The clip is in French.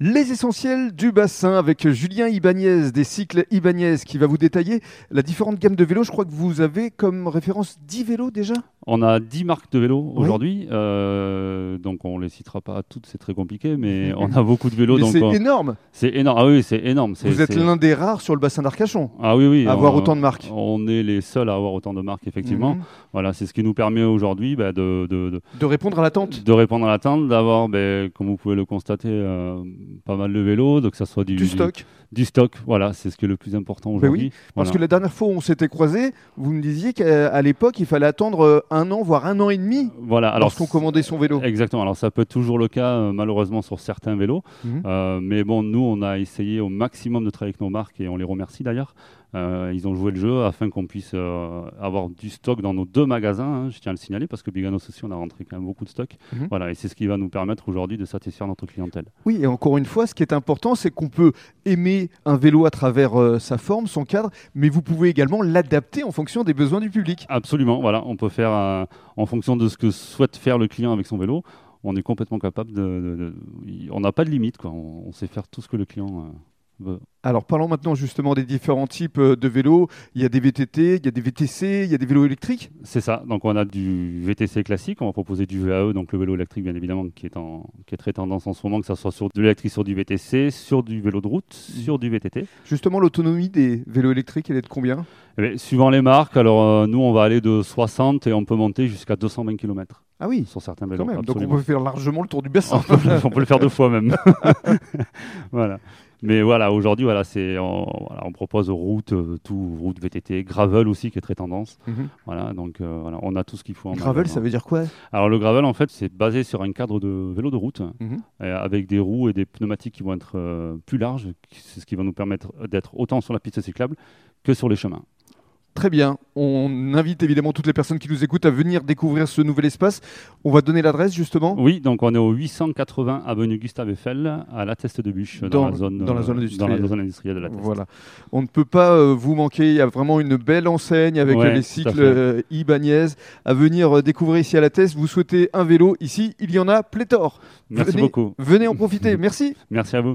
Les essentiels du bassin avec Julien Ibanez des cycles Ibanez qui va vous détailler la différente gamme de vélos. Je crois que vous avez comme référence 10 vélos déjà On a 10 marques de vélos aujourd'hui, euh, donc on les citera pas toutes, c'est très compliqué, mais on a beaucoup de vélos. Mais donc C'est on- énorme c'est énorme. Ah oui, c'est énorme. c'est- Vous êtes c'est- l'un des rares sur le bassin d'Arcachon Ah oui, oui. à avoir on- autant de marques. On est les seuls à avoir autant de marques, effectivement. Mhm. Voilà, c'est ce qui nous permet aujourd'hui bah, de, de- de- De répondre à l'attente de répondre à l'attente, d'avoir, ben, comme vous pouvez le constater, euh, pas mal de vélos, donc que ça soit du, du stock. du stock, voilà, c'est ce qui est le plus important Ben oui, aujourd'hui. Parce Voilà. que la dernière fois où on s'était croisés, vous me disiez qu'à à l'époque, il fallait attendre euh, un an, voire un an et demi Voilà, alors lorsqu'on commandait son vélo. Exactement. Alors ça peut être toujours le cas euh, malheureusement sur certains vélos, Mhm. Euh, mais bon nous on a essayé au maximum de travailler avec nos marques et on les remercie d'ailleurs. Euh, ils ont joué le jeu afin qu'on puisse euh, avoir du stock dans nos deux magasins. hein, je tiens à le signaler parce que Biganos aussi on a rentré quand même beaucoup de stock. Mhm. Voilà et c'est ce qui va nous permettre aujourd'hui de satisfaire notre clientèle. Oui, et encore une fois, ce qui est important, c'est qu'on peut aimer un vélo à travers euh, sa forme, son cadre, mais vous pouvez également l'adapter en fonction des besoins du public. Absolument. Voilà, on peut faire euh, en fonction de ce que souhaite faire le client avec son vélo. On est complètement capable de. de- de- y- on n'a pas de limite quoi. On, on sait faire tout ce que le client euh, veut. Alors parlons maintenant justement des différents types euh, de vélos. Il y a des VTT, il y a des VTC, il y a des vélos électriques. C'est ça. Donc on a du VTC classique, on va proposer du VAE, donc le vélo électrique bien évidemment, qui est, en, qui est très tendance en ce moment, que ça soit sur de l'électrique, sur du VTC, sur du vélo de route, Mm. sur du VTT. Justement, l'autonomie des vélos électriques, elle est de combien Eh bien, suivant les marques, alors euh, nous on va aller de 60 et on peut monter jusqu'à 220 km Ah oui, sur certains quand vélos. même. Donc on absolument. peut faire largement le tour du bassin. on, peut... le- on peut le faire deux fois même. voilà. Mais voilà, aujourd'hui, voilà, c'est on, voilà, on propose route, euh, tout route VTT, gravel aussi qui est très tendance. Mhm. Voilà, donc euh, voilà, on a tout ce qu'il faut. en Gravel, magasin. ça veut dire quoi Alors le gravel en fait c'est basé sur un cadre de vélo de route Mhm. euh, avec des roues et des pneumatiques qui vont être euh, plus larges, qui- c'est ce qui va nous permettre d'être autant sur la piste cyclable que sur les chemins. Très bien. On invite évidemment toutes les personnes qui nous écoutent à venir découvrir ce nouvel espace. On va donner l'adresse justement. Oui, donc on est au 880 avenue Gustave Eiffel à la Teste de Bûche dans, Dans- la zone euh, dans la zone dans la industrielle. zone industrielle de la Teste. Voilà. On ne peut pas euh, vous manquer. Il y a vraiment une belle enseigne avec Ouais, euh, les tout à cycles fait. euh, Ibanez à venir euh, découvrir ici à la Teste. Vous souhaitez un vélo ici, il y en a pléthore. Merci Venez- beaucoup. Venez en profiter. Merci. Merci à vous.